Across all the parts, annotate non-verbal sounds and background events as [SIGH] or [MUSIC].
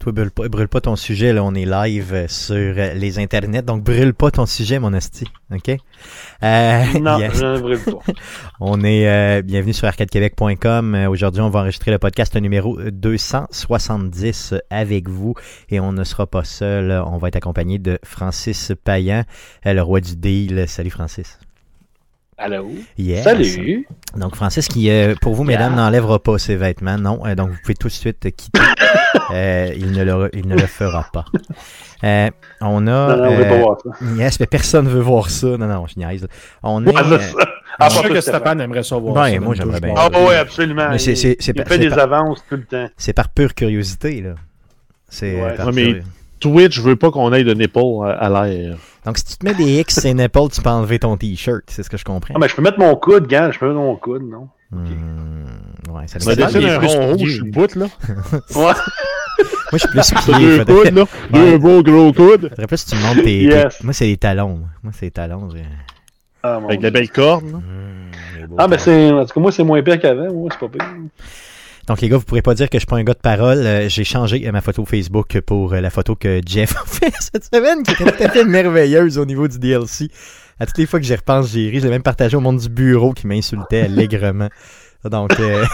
Toi, brûle pas, brûle pas ton sujet, là, on est live sur les internets, donc brûle pas ton sujet, mon asti, ok? Euh, [LAUGHS] [LAUGHS] non, yes. je ne brûle pas. on est euh, bienvenue sur arcadequebec.com. Euh, Aujourd'hui, on va enregistrer le podcast numéro 270 avec vous et on ne sera pas seul. On va être accompagné de Francis Payan, euh, le roi du deal. Salut, Francis. Allô? Yes. Salut! Donc, Francis, qui, euh, pour vous, mesdames, yeah. n'enlèvera pas ses vêtements, non. Euh, donc, vous pouvez tout de suite [LAUGHS] quitter. euh, il, ne le, il ne le fera pas. Euh, on a. euh, Non, euh, non, on veut pas voir ça. Yes, mais personne ne veut voir ça. Non, non, je niaise. On est. Ah, je suis sûr que Stéphane aimerait ça voir ben, ça. Moi, j'aimerais bien. Ah, oui, absolument. Mais c'est, c'est, il par, fait des par, avances tout le temps. C'est par pure curiosité, là. C'est ouais, par mais curiosité. Twitch veut pas qu'on aille de nipple à, à l'air. Donc, si tu te mets des X et nipple, tu peux enlever ton t-shirt. C'est ce que je comprends. Ah, mais je peux mettre mon coude, gars. Je peux mettre mon coude, non? Okay. Mmh, ouais, ça me dessine un rond rouge sur le bout, là. ouais. Moi, je suis plus pied. [LAUGHS] Deux coudes, là. Deux beaux gros coudes. Faudrait plus si tu montes tes. Yes. tes... Moi, c'est les talons. Moi, c'est les talons. Hmm, Ah, Avec des belles cornes. Mmh, ah, mais c'est. En tout cas, moi, c'est moins pire qu'avant. Moi, c'est pas pire. Donc, les gars, vous pourrez pas dire que je suis pas un gars de parole. Euh, j'ai changé ma photo Facebook pour euh, la photo que Jeff [LAUGHS] a fait cette semaine, qui était tout à fait merveilleuse au niveau du DLC. À toutes les fois que j'y repense, j'ai ri. Je l'ai même partagé au monde du bureau qui m'insultait allègrement. Donc, euh,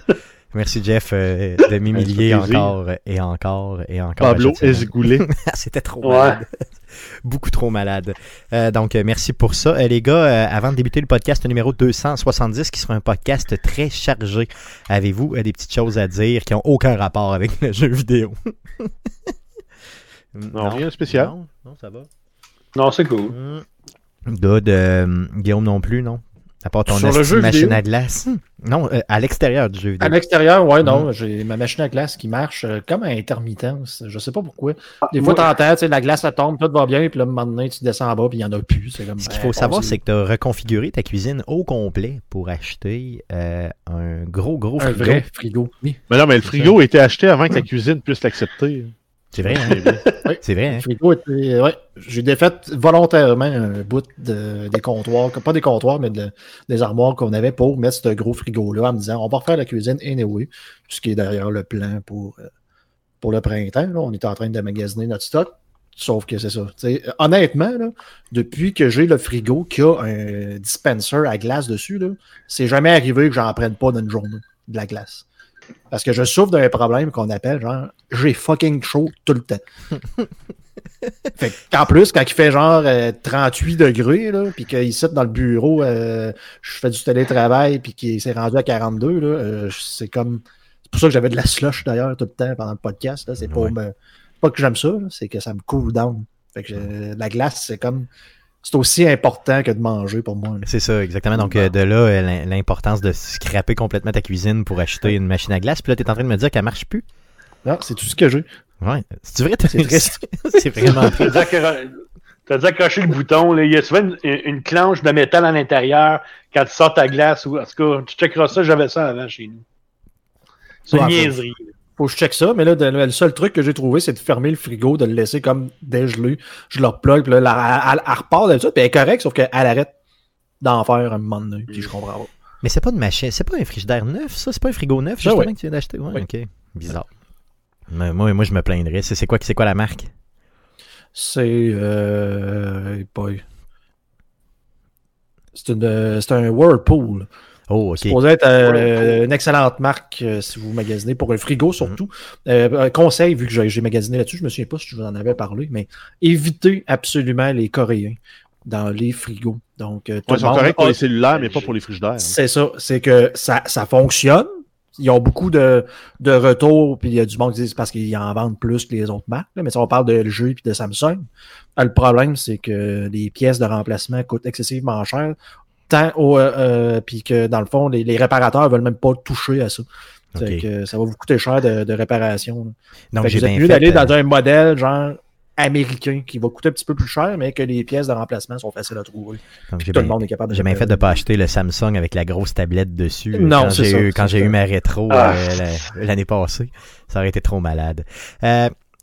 [LAUGHS] merci Jeff euh, de m'humilier encore et encore et encore. Pablo [LAUGHS] Esgoulé. C'était trop ouais. malade. Beaucoup trop malade. Euh, donc, merci pour ça. Euh, les gars, euh, avant de débuter le podcast numéro 270, qui sera un podcast très chargé, avez-vous euh, des petites choses à dire qui n'ont aucun rapport avec le jeu vidéo? [LAUGHS] non, non, rien de spécial. Non, non, ça va. Non, c'est cool. Dodd, euh, Guillaume non plus, non? À part ton Sur le jeu machine vidéo. à glace. Non, euh, à l'extérieur du jeu vidéo. À l'extérieur, ouais, Hmm. non. Mm. J'ai ma machine à glace qui marche euh, comme à intermittence. Je sais pas pourquoi. Des fois, t'entends, tu sais, la glace, ça tombe, tout va bien, puis là, un moment donné, tu descends en bas, puis il y en a plus. Comme, ben, Ce qu'il faut savoir, c'est que tu as reconfiguré ta cuisine au complet pour acheter euh, un gros, gros un frigo. Vrai frigo. Oui. Mais non, mais le frigo était acheté avant que la cuisine puisse l'accepter. C'est vrai, [LAUGHS] hein? C'est vrai, hein? J'ai euh, ouais, défait volontairement un bout de, des comptoirs, pas des comptoirs, mais de, des armoires qu'on avait pour mettre ce gros frigo-là en me disant on va refaire la cuisine anyway, ce qui est derrière le plan pour, euh, pour le printemps. Là. On est en train de magasiner notre stock. Sauf que c'est ça. T'sais, honnêtement, là, depuis que j'ai le frigo qui a un dispenser à glace dessus, c'est jamais arrivé que j'en prenne pas d'une journée de la glace. Parce que je souffre d'un problème qu'on appelle genre j'ai fucking chaud tout le temps. fait qu'en plus, quand il fait genre euh, 38 degrés, là, puis qu'il sit dans le bureau, euh, je fais du télétravail, puis qu'il s'est rendu à 42, là, euh, c'est comme. C'est pour ça que j'avais de la slush d'ailleurs tout le temps pendant le podcast. C'est pas, ouais. me... pas que j'aime ça, c'est que ça me cool down. Fait que je... la glace, c'est comme c'est aussi important que de manger pour moi. C'est ça, exactement. Donc, euh, de là, euh, l'importance de scraper complètement ta cuisine pour acheter une machine à glace. Puis là, tu es en train de me dire qu'elle marche plus. Non, Ah, c'est tout ce que j'ai. Ouais. C'est vrai, [LAUGHS] c'est vraiment. T'as dû accrocher le bouton. Là. Il y a souvent une, une clenche de métal à l'intérieur quand tu sors ta glace. Ou, en tout cas, tu checkeras ça. J'avais ça avant chez nous. C'est une niaiserie faut que je check ça, mais là, le seul truc que j'ai trouvé, c'est de fermer le frigo, de le laisser comme dégelé. Je le plug, puis là, elle, elle, elle repart de ça, puis elle est correcte, sauf qu'elle arrête d'en faire un moment donné, puis je comprends pas. Mais c'est pas une machine, c'est pas un frigidaire neuf, ça, c'est pas un frigo neuf, justement, ah ouais. que tu viens d'acheter. Ouais, oui. ok. Bizarre. Mais moi, moi, je me plaindrais. C'est quoi, quoi la marque C'est. Euh. Boy. C'est un Whirlpool. Oh, okay. supposé être euh, une excellente marque euh, si vous magasinez pour un frigo Mhm. surtout. Mm -hmm. euh, conseil, vu que j'ai magasiné là-dessus, je me souviens pas si je vous en avais parlé, mais évitez absolument les Coréens dans les frigos. Donc, euh, ouais, ils sont monde... corrects pour les cellulaires, mais pas pour les frigidaires. C'est ça, c'est que ça, ça fonctionne. Ils ont beaucoup de, de retours, puis il y a du monde qui dit parce qu'ils en vendent plus que les autres marques. Là, mais si on parle de LG et de Samsung, le problème, c'est que les pièces de remplacement coûtent excessivement cher tant au, euh, euh, puis que dans le fond, les, les réparateurs ne veulent même pas toucher à ça. Okay. Que ça va vous coûter cher de, de réparation. Là. Donc, vous êtes mieux d'aller dans euh... un modèle genre américain qui va coûter un petit peu plus cher, mais que les pièces de remplacement sont faciles à trouver. Donc, tout bien, le monde est capable de. J'ai bien fait de ne pas acheter le Samsung avec la grosse tablette dessus. Non, quand euh, j'ai eu, quand j'ai eu ma rétro ah. l'année passée, ça aurait été trop malade.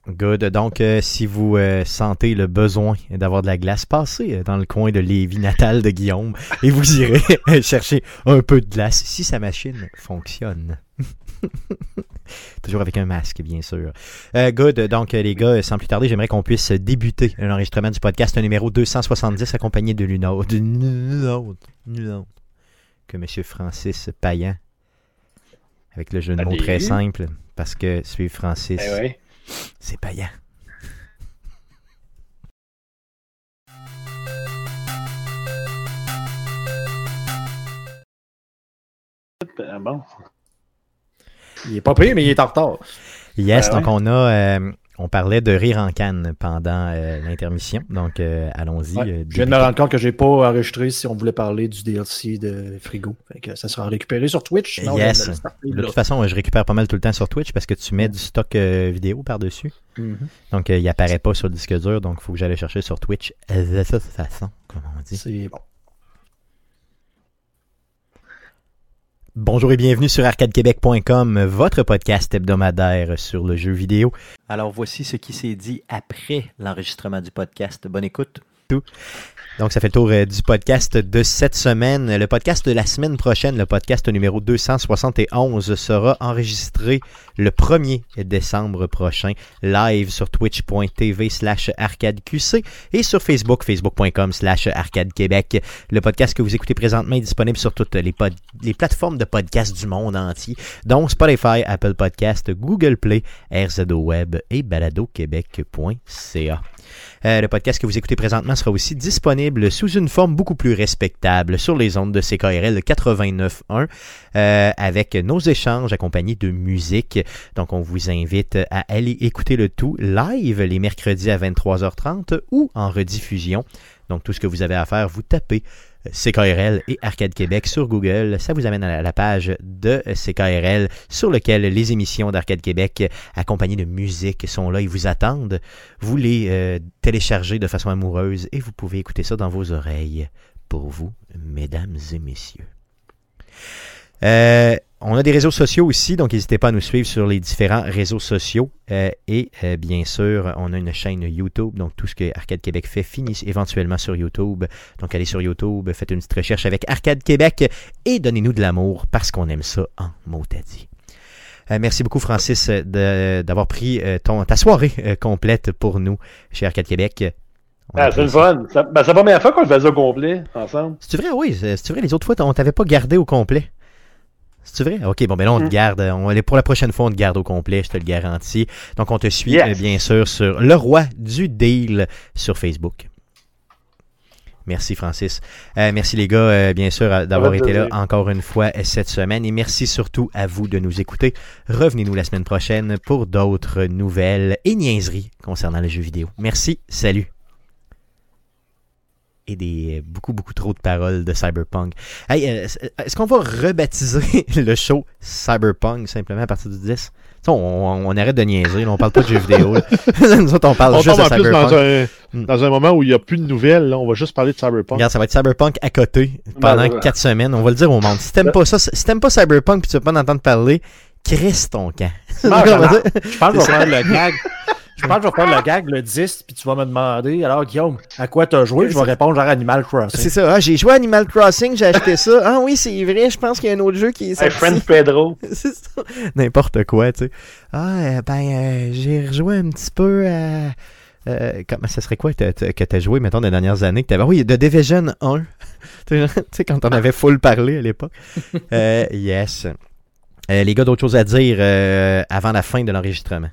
Good. Donc, euh, si vous euh, sentez le besoin d'avoir de la glace, passez euh, dans le coin de Lévis natal de Guillaume et vous irez [LAUGHS] chercher un peu de glace si sa machine fonctionne. Toujours avec un masque, bien sûr. Euh, good. Donc, euh, les gars, euh, sans plus tarder, j'aimerais qu'on puisse débuter l'enregistrement du podcast numéro 270 accompagné de l'une autre. D'une autre. D'une autre. Que M. Francis Payan. Avec le jeu de Ah, mots des- très simple. Parce que suivre Francis, Eh ouais. c'est Payan. Ah bon. Il est pas payé, mais il est en retard. Yes, Eh Ah ouais? donc on a. euh, on parlait de rire en canne pendant euh, l'intermission. Donc, euh, allons-y. Ouais. euh, Je viens de me rendre compte que j'ai pas enregistré si on voulait parler du DLC de Frigo. Fait que ça sera récupéré sur Twitch. Sinon, Yes. je vais le starter De là. toute façon, je récupère pas mal tout le temps sur Twitch parce que tu mets du stock euh, vidéo par-dessus. Mhm. Donc, euh, il apparaît pas sur le disque dur, donc il faut que j'aille chercher sur Twitch euh, de toute façon, comme on dit. C'est bon. Bonjour et bienvenue sur arcadequebec.com, votre podcast hebdomadaire sur le jeu vidéo. Alors voici ce qui s'est dit après l'enregistrement du podcast. Bonne écoute. Donc, ça fait le tour euh, du podcast de cette semaine. Le podcast de la semaine prochaine, le podcast numéro 271, sera enregistré le 1er décembre prochain, live sur twitch.tv slash arcadeqc et sur Facebook, facebook.com slash arcadequebec. Le podcast que vous écoutez présentement est disponible sur toutes les, pod- les plateformes de podcast du monde entier, dont Spotify, Apple Podcast, Google Play, RZO Web et baladoquebec.ca. Euh, le podcast que vous écoutez présentement sera aussi disponible sous une forme beaucoup plus respectable sur les ondes de CKRL 89.1 euh, avec nos échanges accompagnés de musique. Donc, on vous invite à aller écouter le tout live les mercredis à 23h30 ou en rediffusion. Donc, tout ce que vous avez à faire, vous tapez CKRL et Arcade Québec sur Google. Ça vous amène à la page de CKRL sur laquelle les émissions d'Arcade Québec accompagnées de musique sont là. Ils vous attendent vous les euh, téléchargez de façon amoureuse et vous pouvez écouter ça dans vos oreilles pour vous, mesdames et messieurs. Euh, on a des réseaux sociaux aussi, donc n'hésitez pas à nous suivre sur les différents réseaux sociaux. Euh, et euh, bien sûr, on a une chaîne YouTube, donc tout ce que Arcade Québec fait finit éventuellement sur YouTube. Donc allez sur YouTube, faites une petite recherche avec Arcade Québec et donnez-nous de l'amour parce qu'on aime ça en mot à dit. Euh, merci beaucoup, Francis, euh, de- d'avoir pris euh, ton, ta soirée euh, complète pour nous chez Arcade Québec. On Ah, c'est le apprécie. fun. Ça- ben, c'est la première fois qu'on le faisait au complet, ensemble. C'est vrai, oui. C'est vrai, les autres fois, on t'avait pas gardé au complet. C'est vrai? Ok, bon, ben là, on Mm. te garde. On, allez, pour la prochaine fois, on te garde au complet, je te le garantis. Donc, on te suit, Yes. euh, bien sûr, sur Le Roi du Deal sur Facebook. Merci, Francis. Euh, merci, les gars, euh, bien sûr, à- d'avoir fait été là plaisir. encore une fois euh, cette semaine. Et merci surtout à vous de nous écouter. Revenez-nous la semaine prochaine pour d'autres nouvelles et niaiseries concernant les jeux vidéo. Merci, salut et des euh, beaucoup beaucoup trop de paroles de Cyberpunk. Hey, euh, est- est-ce qu'on va rebaptiser [LAUGHS] le show Cyberpunk simplement à partir du 10 Tu sais, on, on- on arrête de niaiser, là, on parle pas de jeux vidéo. là. [LAUGHS] Nous autres, on parle On juste tombe de en plus Cyberpunk. dans un, Mm. dans un moment où il n'y a plus de nouvelles. là. On va juste parler de Cyberpunk. Regarde, ça va être Cyberpunk à côté pendant Ben, ben, ben. 4 semaines. On va le dire au monde. Si t'aimes pas ça, si t'aimes pas Cyberpunk puis tu veux pas en entendre parler, crisse ton camp. [LAUGHS] Mange On va la dire- Je pense que je vais faire le gag. Je pense que je vais faire le gag le 10, puis tu vas me demander, alors Guillaume, à quoi t'as joué? Je vais répondre genre Animal C'est Crossing. ça. Ah, j'ai joué à Animal Crossing, j'ai acheté ça. Ah oui, c'est vrai, je pense qu'il y a un autre jeu qui est Hey, sorti. Friend Pedro. [LAUGHS] C'est ça. N'importe quoi, tu sais. Ah, euh, ben, euh, j'ai rejoué un petit peu à. euh, comment ça serait quoi que t'as- t'as- que t'as joué, mettons, des dernières années que t'avais. Ah Oui, The Division 1. [LAUGHS] tu sais, genre, tu sais, Ah. quand on avait full parlé à [LAUGHS] l'époque. Euh, yes. Euh, les gars, d'autres choses à dire euh, avant la fin de l'enregistrement.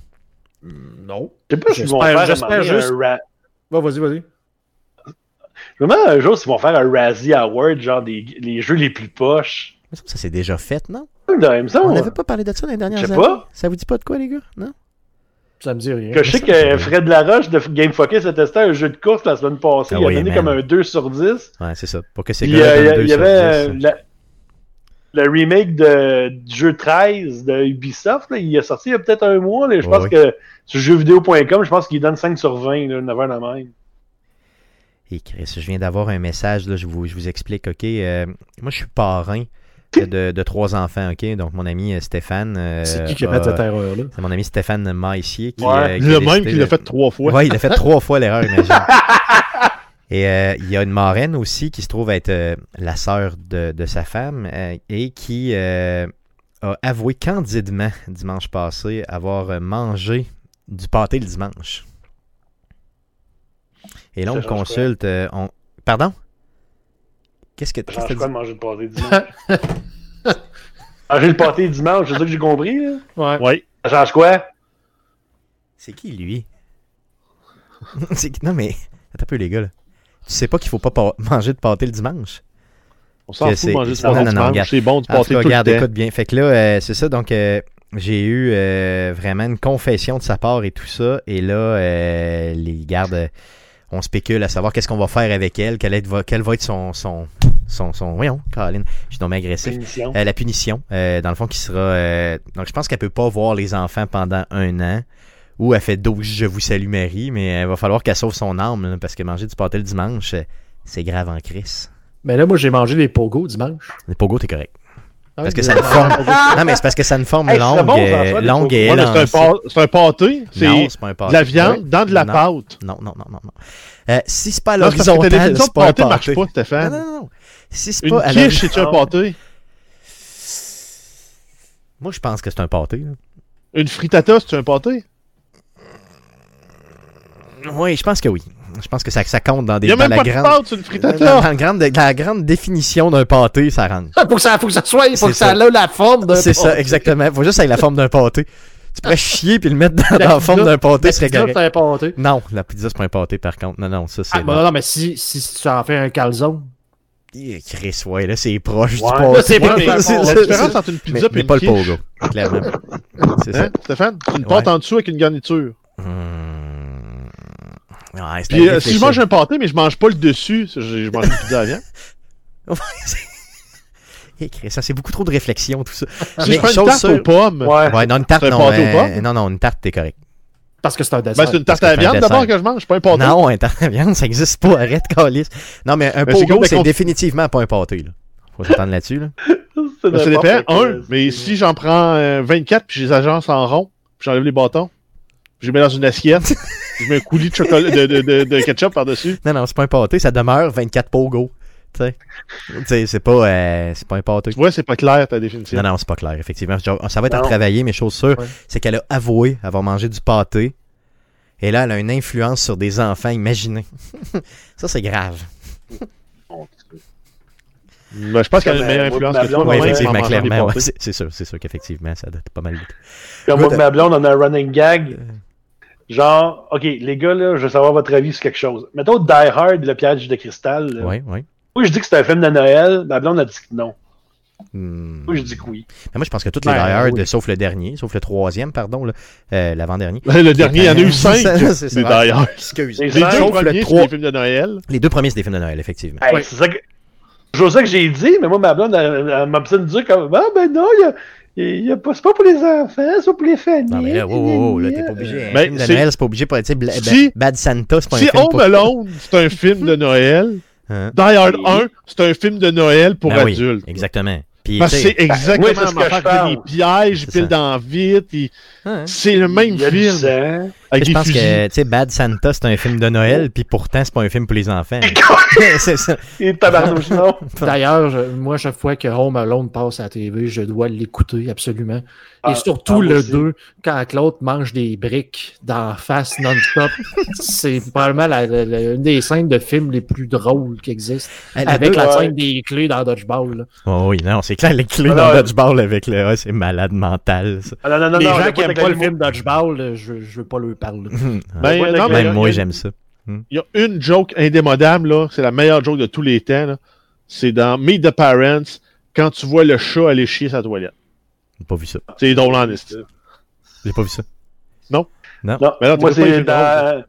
Non. Je sais pas s'ils vont J'espère- faire à un j'espère moment donné juste- un ra- Va, vas-y, vas-y. Je me demande un jour s'ils vont faire un Razzie Award, genre des, les jeux les plus poches. Mais Ça, c'est déjà fait, non? Non, il me On semble. n'avait pas parlé de ça dans les dernières Oh. Je sais années. pas. Ça vous dit pas de quoi, les gars? Non? Ça me dit rien. Que je sais que Fred Laroche de Game Focus a testé un jeu de course la semaine passée. Ah il a oui, donné man. comme un 2 sur 10. Ouais, c'est ça. Pour que ces Puis, gars-là euh, Il y, donnent a- deux il y sur avait euh, dix, la- le remake de, du jeu 13 de Ubisoft. là, il est sorti il y a peut-être un mois. là. je Ouais, pense ouais. que sur jeuxvideo.com, je pense qu'il donne 5 sur 20, là, une affaire de même. Et Chris, je viens d'avoir un message, là, je, vous, je vous explique, OK? euh, moi, je suis parrain de, de trois enfants, OK? Donc, mon ami euh, Stéphane. euh, C'est qui qui a a- fait cette erreur-là? C'est mon ami Stéphane Maissier qui. euh, Ouais, qui a le décidé même qui de- l'a fait trois fois. Ouais, il a fait trois fois l'erreur, [LAUGHS] imagine. Et euh, il y a une marraine aussi qui se trouve être euh, la sœur de, de sa femme euh, et qui euh, a avoué candidement dimanche passé avoir euh, mangé du pâté le dimanche. Et là, Ça on change quoi? consulte. euh, on... Pardon? Qu'est-ce que. qu'est-ce que Mange t'as quoi de dit? manger le pâté [LAUGHS] dimanche? manger Ah, le pâté dimanche, c'est ça que j'ai compris, là? Ouais. Ouais. Ça change quoi? C'est qui lui? [LAUGHS] C'est qui- non, mais. Attends un peu, les gars, là. Tu sais pas qu'il faut pas pa- manger de pâté le dimanche? On s'en Que fout c'est- de manger du non, non, pâté non, regarde. dimanche. C'est bon du En tout pâté cas, tout le regarde, temps. Ah, écoute bien. Fait que là, euh, c'est ça, donc euh, j'ai eu euh, vraiment une confession de sa part et tout ça. Et là, euh, les gardes, euh, on spécule à savoir qu'est-ce qu'on va faire avec elle, quel, va, quel va être son... son, son, son voyons, Caroline, je suis tombé agressif. Punition. Euh, la punition, euh, dans le fond, qui sera... euh, donc, je pense qu'elle peut pas voir les enfants pendant un an. Ou elle fait 12 « Je vous salue, Marie », mais il va falloir qu'elle sauve son âme, là, parce que manger du pâté le dimanche, euh, c'est grave en crise. Mais là, moi, j'ai mangé des pogos dimanche. Le pogo, t'es correct. Ah, Parce oui, que j'ai ça me mangé forme. des pogos. Non, mais c'est parce que ça a une forme Hey, c'est longue, bon, euh, François, des longue et Ouais, mais c'est un élancée. pâ- c'est un pâté. Non, C'est c'est pas un de pâté. la viande dans de la Non. pâte. Non, non, non, non. non. Euh, si c'est pas à Non, c'est parce que ta l'horizontale, définition de c'est pas un pâté pâté. marche pas, Non, Stéphane. non, non. Si c'est Une pas à quiche, l'horizontale- c'est-tu un pâté? Moi, je pense que c'est un pâté. là. Une frittata, c'est-tu un pâté? Oui, je pense que oui. Je pense que ça, ça compte dans Il des n'y a dans même la pas de grande... pâte sur une Dans, frittata. dans le grande- dans la grande définition d'un pâté, ça rentre. [LAUGHS] Faut que ça, faut que ça soit, C'est faut que ça ça. ait la forme d'un C'est ça, pâté. exactement. Faut juste avec la forme d'un pâté. Tu pourrais chier puis le mettre dans, dans la forme d'un pâté, La ce serait pizza, correct. c'est un pâté. Non, la pizza, c'est pas un pâté, par contre. Non, non, ça, c'est... Ah, bah non, mais si, si, si tu en fais un calzone. Eh, Chris, ouais, là, c'est proche du Ouais. pâté. Là, c'est Ouais, pas mais La un pâté. différence entre une Mais, pizza mais et une pas le quiche, pogo, clairement. C'est ça. hein, Stéphane, c'est une pâte Ouais. en dessous avec une garniture. Hum. Ouais, c'est Hein? Puis à euh, si je réfléchir. mange un pâté, mais je mange pas le dessus, je, je mange une pizza à viande. Eh, Chris, ça, c'est beaucoup trop de réflexion, tout ça. Si Ah, Mais je prends une chose tarte aux sûre- pommes, Ouais. Ouais, non, une tarte, C'est un non. pâté euh, aux pommes? non, non, une tarte, t'es correct. Parce que c'est un dessert. ben, c'est une tarte parce à que c'est un viande d'abord dessert. que je mange, c'est pas un pâté. Non, un tarte à viande, ça existe pas. Arrête, calice. Non, mais un Mais c'est pogo, comme des c'est conf- définitivement pas un pâté, là. Faut s'entendre là-dessus, là. Ben, ça dépend, un, mais si j'en prends euh, 24 puis je les agence en rond, puis j'enlève les bâtons, puis je les mets dans une assiette, [LAUGHS] puis je mets un coulis de, chocolat, de, de, de- de ketchup par-dessus. Non, non, c'est pas un pâté, ça demeure 24 pogo. Tu sais. Tu sais, c'est pas, euh, c'est pas un pâté. Tu vois, c'est pas clair ta définition. Non, non, c'est pas clair, effectivement. Genre, Ça va être à Non. travailler, mais chose sûre, Ouais. c'est qu'elle a avoué avoir mangé du pâté. Et là, elle a une influence sur des enfants, imaginez. [LAUGHS] ça, c'est grave. Ben, je pense qu'elle a une Comme, meilleure euh, influence moi, ma que blonde, toi. Oui, ouais, effectivement, en mangeant des clairement. ouais, pâtés. c'est c'est sûr, c'est sûr qu'effectivement, ça doit être pas mal. vite. Comme Good. moi, ma blonde, on a un running gag. Euh. Genre, OK, les gars, là, je veux savoir votre avis sur quelque chose. Mettons Die Hard, le piège de cristal. là. Oui, oui. Moi, je dis que c'est un film de Noël. Ma blonde a dit que non. Hmm. Moi, je dis que oui. Mais moi, je pense que toutes les Ben, Die Hard, oui. sauf le dernier, sauf le troisième, pardon, là, euh, l'avant-dernier. Le dernier, il y en a eu 5 [LAUGHS] C'est des ça, Die Hard. Excuse. Les Les Ah, cinq deux Sauf premiers, le c'est trois- des films de Noël. Les deux premiers, c'est des films de Noël, effectivement. Hey, C'est ça que. Je sais que j'ai dit, mais moi, ma blonde, elle, elle m'obstine du comme Ah, ben non, il y a- il y a pas- c'est pas pour les enfants, c'est pas pour les familles. Non, mais là, wow, wow, wow, là, t'es pas obligé. Un Ben, film de c'est- Noël, c'est pas obligé pour être. tu sais, Bla- Ba- Si- Bad Santa, c'est pas un Si film. Home pour- Alone, c'est un film de Noël, Hein? Die Hard 1, c'est un film de Noël pour Ben oui, adultes. Exactement. Puis, Parce que tu sais, c'est exactement Ben, Oui, c'est ce la que même je affaire. Il y a des pense. pièges, C'est ils pilent ça. dans vite. puis hein, C'est le Il même y a du film. sang. Ben, Je Avec des pense fusils. que tu sais, Bad Santa, c'est un film de Noël, puis pourtant, c'est pas un film pour les [LAUGHS] enfants. c'est ça. [LAUGHS] Et tabarnouche, non. [LAUGHS] D'ailleurs, je- moi, chaque fois que Home Alone passe à la TV, je dois l'écouter absolument. Ah, Et ah, surtout moi le aussi. 2, quand Claude mange des briques d'en [LAUGHS] face non-stop, c'est probablement la- la- la- une des scènes de films les plus drôles qui existent. Eh, le avec deux- la ouais. scène des clés dans Dodgeball. là. Oh oui, non, c'est clair, les clés Alors, dans Dodgeball avec le. Ouais, c'est malade mental, ça. Ah, non, non, non, les non, gens j'ai qui n'aiment de pas le gagner. film Dodgeball, là, je, je veux pas leur parler. Ouais, Ben, Ouais, non, d'accord. mais il y Même a- moi, il y a- j'aime ça. Il y a une joke indémodable, là. C'est la meilleure joke de tous les temps, là. C'est dans Meet the Parents, quand tu vois le chat aller chier sa toilette. J'ai pas vu ça. C'est drôle en esti. J'ai pas vu ça. Non, Mais non, tu moi, veux pas les c'est films drôles, dans... euh,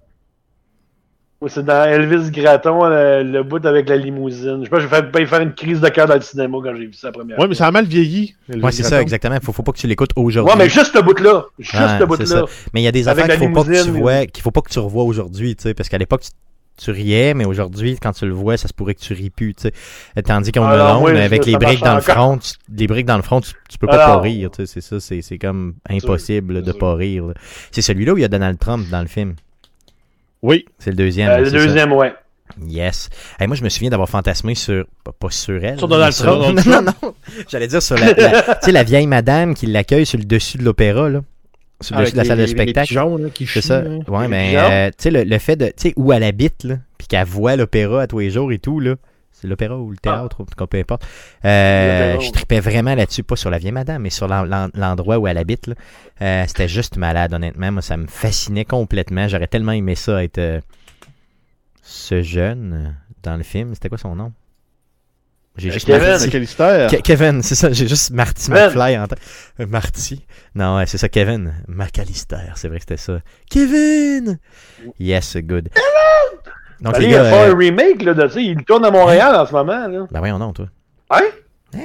moi, c'est dans Elvis Gratton, le, le bout avec la limousine. Je pense que je vais faire- faire une crise de cœur dans le cinéma quand j'ai vu ça la première Ouais, mais ça a mal vieilli. Elvis Ouais, c'est ça, Graton. exactement. Faut, faut pas que tu l'écoutes fois. aujourd'hui. Ouais, mais juste le bout-là. Juste Ouais, le c'est ça. bout-là. Euh, Mais il y a des Avec affaires qu'il la faut pas que tu limousine, vois, qu'il faut pas que tu revois aujourd'hui, tu sais, parce qu'à l'époque, tu tu riais, mais aujourd'hui, quand tu le vois, ça se pourrait que tu ris plus. tu sais. Tandis qu'on Alors, melon, oui, mais avec ça- les ça briques, marche dans le encore. front, tu, les briques dans le front, tu, tu peux pas pas Alors, rire. tu sais, C'est ça, c'est c'est comme impossible là, de sûr. pas rire. là. C'est celui-là où il y a Donald Trump dans le film. Oui. C'est le deuxième. Euh, là, le c'est ça. deuxième, ouais. Yes. Hey, moi, je me souviens d'avoir fantasmé sur. pas- Pas sur elle. Sur mais Donald sur- Trump. [LAUGHS] Non, non, non. J'allais dire sur la, la- tu sais, la vieille madame qui l'accueille sur le dessus de l'opéra, là. Sur le dessus Avec de la les- salle de les- les spectacle. pigeons, là, qui C'est chient, ça. hein. là. Ouais, mais pigeons. euh, tu sais, le, le fait de. Tu sais, où elle habite, là. Puis qu'elle voit l'opéra à tous les jours et tout, là. C'est l'opéra ou le Ah. théâtre, ou en tout cas, peu importe. Euh, L'opéra, je ouais. tripais vraiment là-dessus, pas sur la vieille madame, mais sur l'en- l'en- l'endroit où elle habite. là. Euh, C'était juste malade, honnêtement. Moi, ça me fascinait complètement. J'aurais tellement aimé ça être euh, ce jeune euh, dans le film. C'était quoi son nom? J'ai Euh, juste Kevin, Marty. C'est Calister. Ke- Kevin, c'est ça, j'ai juste Marty Ben. McFly en tête. Euh, Marty. Non, ouais, c'est ça, Kevin. McAllister, c'est vrai que c'était ça. Kevin! Yes, good. Donc, Allez, les il a gars. fait euh, un remake, là, de ça. Il tourne à Montréal en ce moment, là. Ben, voyons donc, toi. Hein? Hein?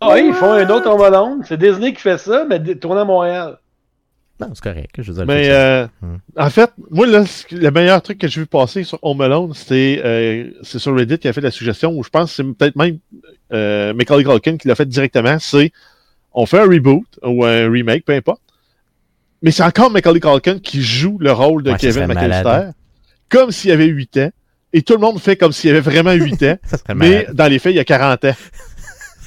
Ah oui, ils font un autre en Hollande. C'est Disney qui fait ça, mais d- tourné à Montréal. Non, c'est correct. Je veux dire, Mais le- euh, Hmm. en fait, moi, là, ce que- le meilleur truc que j'ai vu passer sur Home Alone, c'était euh, c'est sur Reddit qui a fait la suggestion, ou je pense que c'est peut-être même euh, Macaulay Culkin qui l'a fait directement, c'est on fait un reboot ou un remake, peu importe. Mais c'est encore Macaulay Culkin qui joue le rôle de Ouais, ça Kevin serait malade, hein. McAllister, comme s'il avait 8 ans. Et tout le monde fait comme s'il avait vraiment 8 [LAUGHS] ans, ça serait mais malade. dans les faits, il y a [LAUGHS] 40 ans.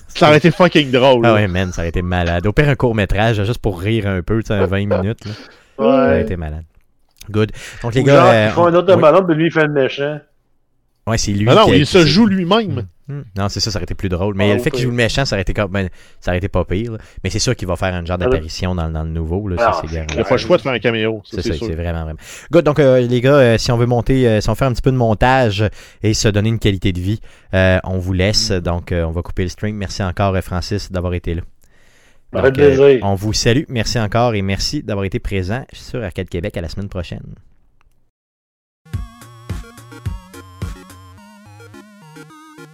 Ça aurait été fucking drôle. Ah là. ouais, man, ça aurait été malade. Au pire, un court-métrage, juste pour rire un peu, tu sais, un 20 minutes. là. Ça aurait été malade. Good. Donc, les Ou gars. genre, euh, ils font un autre oui. en Hollande, puis lui, il fait le méchant. Ouais, c'est lui. Ah Non, non, qui- il se qui- joue lui-même. Hmm. Non, c'est ça, ça aurait été plus drôle. Mais Ah, le fait oui. qu'il joue le méchant, ça aurait été, comme, ben, ça aurait été pas pire. là. Mais c'est sûr qu'il va faire un genre Ah, oui. d'apparition dans, dans le nouveau. Là, ça, Ah, c'est c'est garanti. Il n'a pas le choix de faire un caméo. ça, C'est ça, sûr. c'est vraiment, vraiment. Good, donc euh, les gars, euh, si on veut monter, euh, si on fait un petit peu de montage et se donner une qualité de vie, euh, on vous laisse. Hmm. Donc, euh, on va couper le stream. Merci encore, euh, Francis, d'avoir été là. Ça fait Donc, euh, plaisir. on vous salue. Merci encore et merci d'avoir été présent sur Arcade Québec. À la semaine prochaine.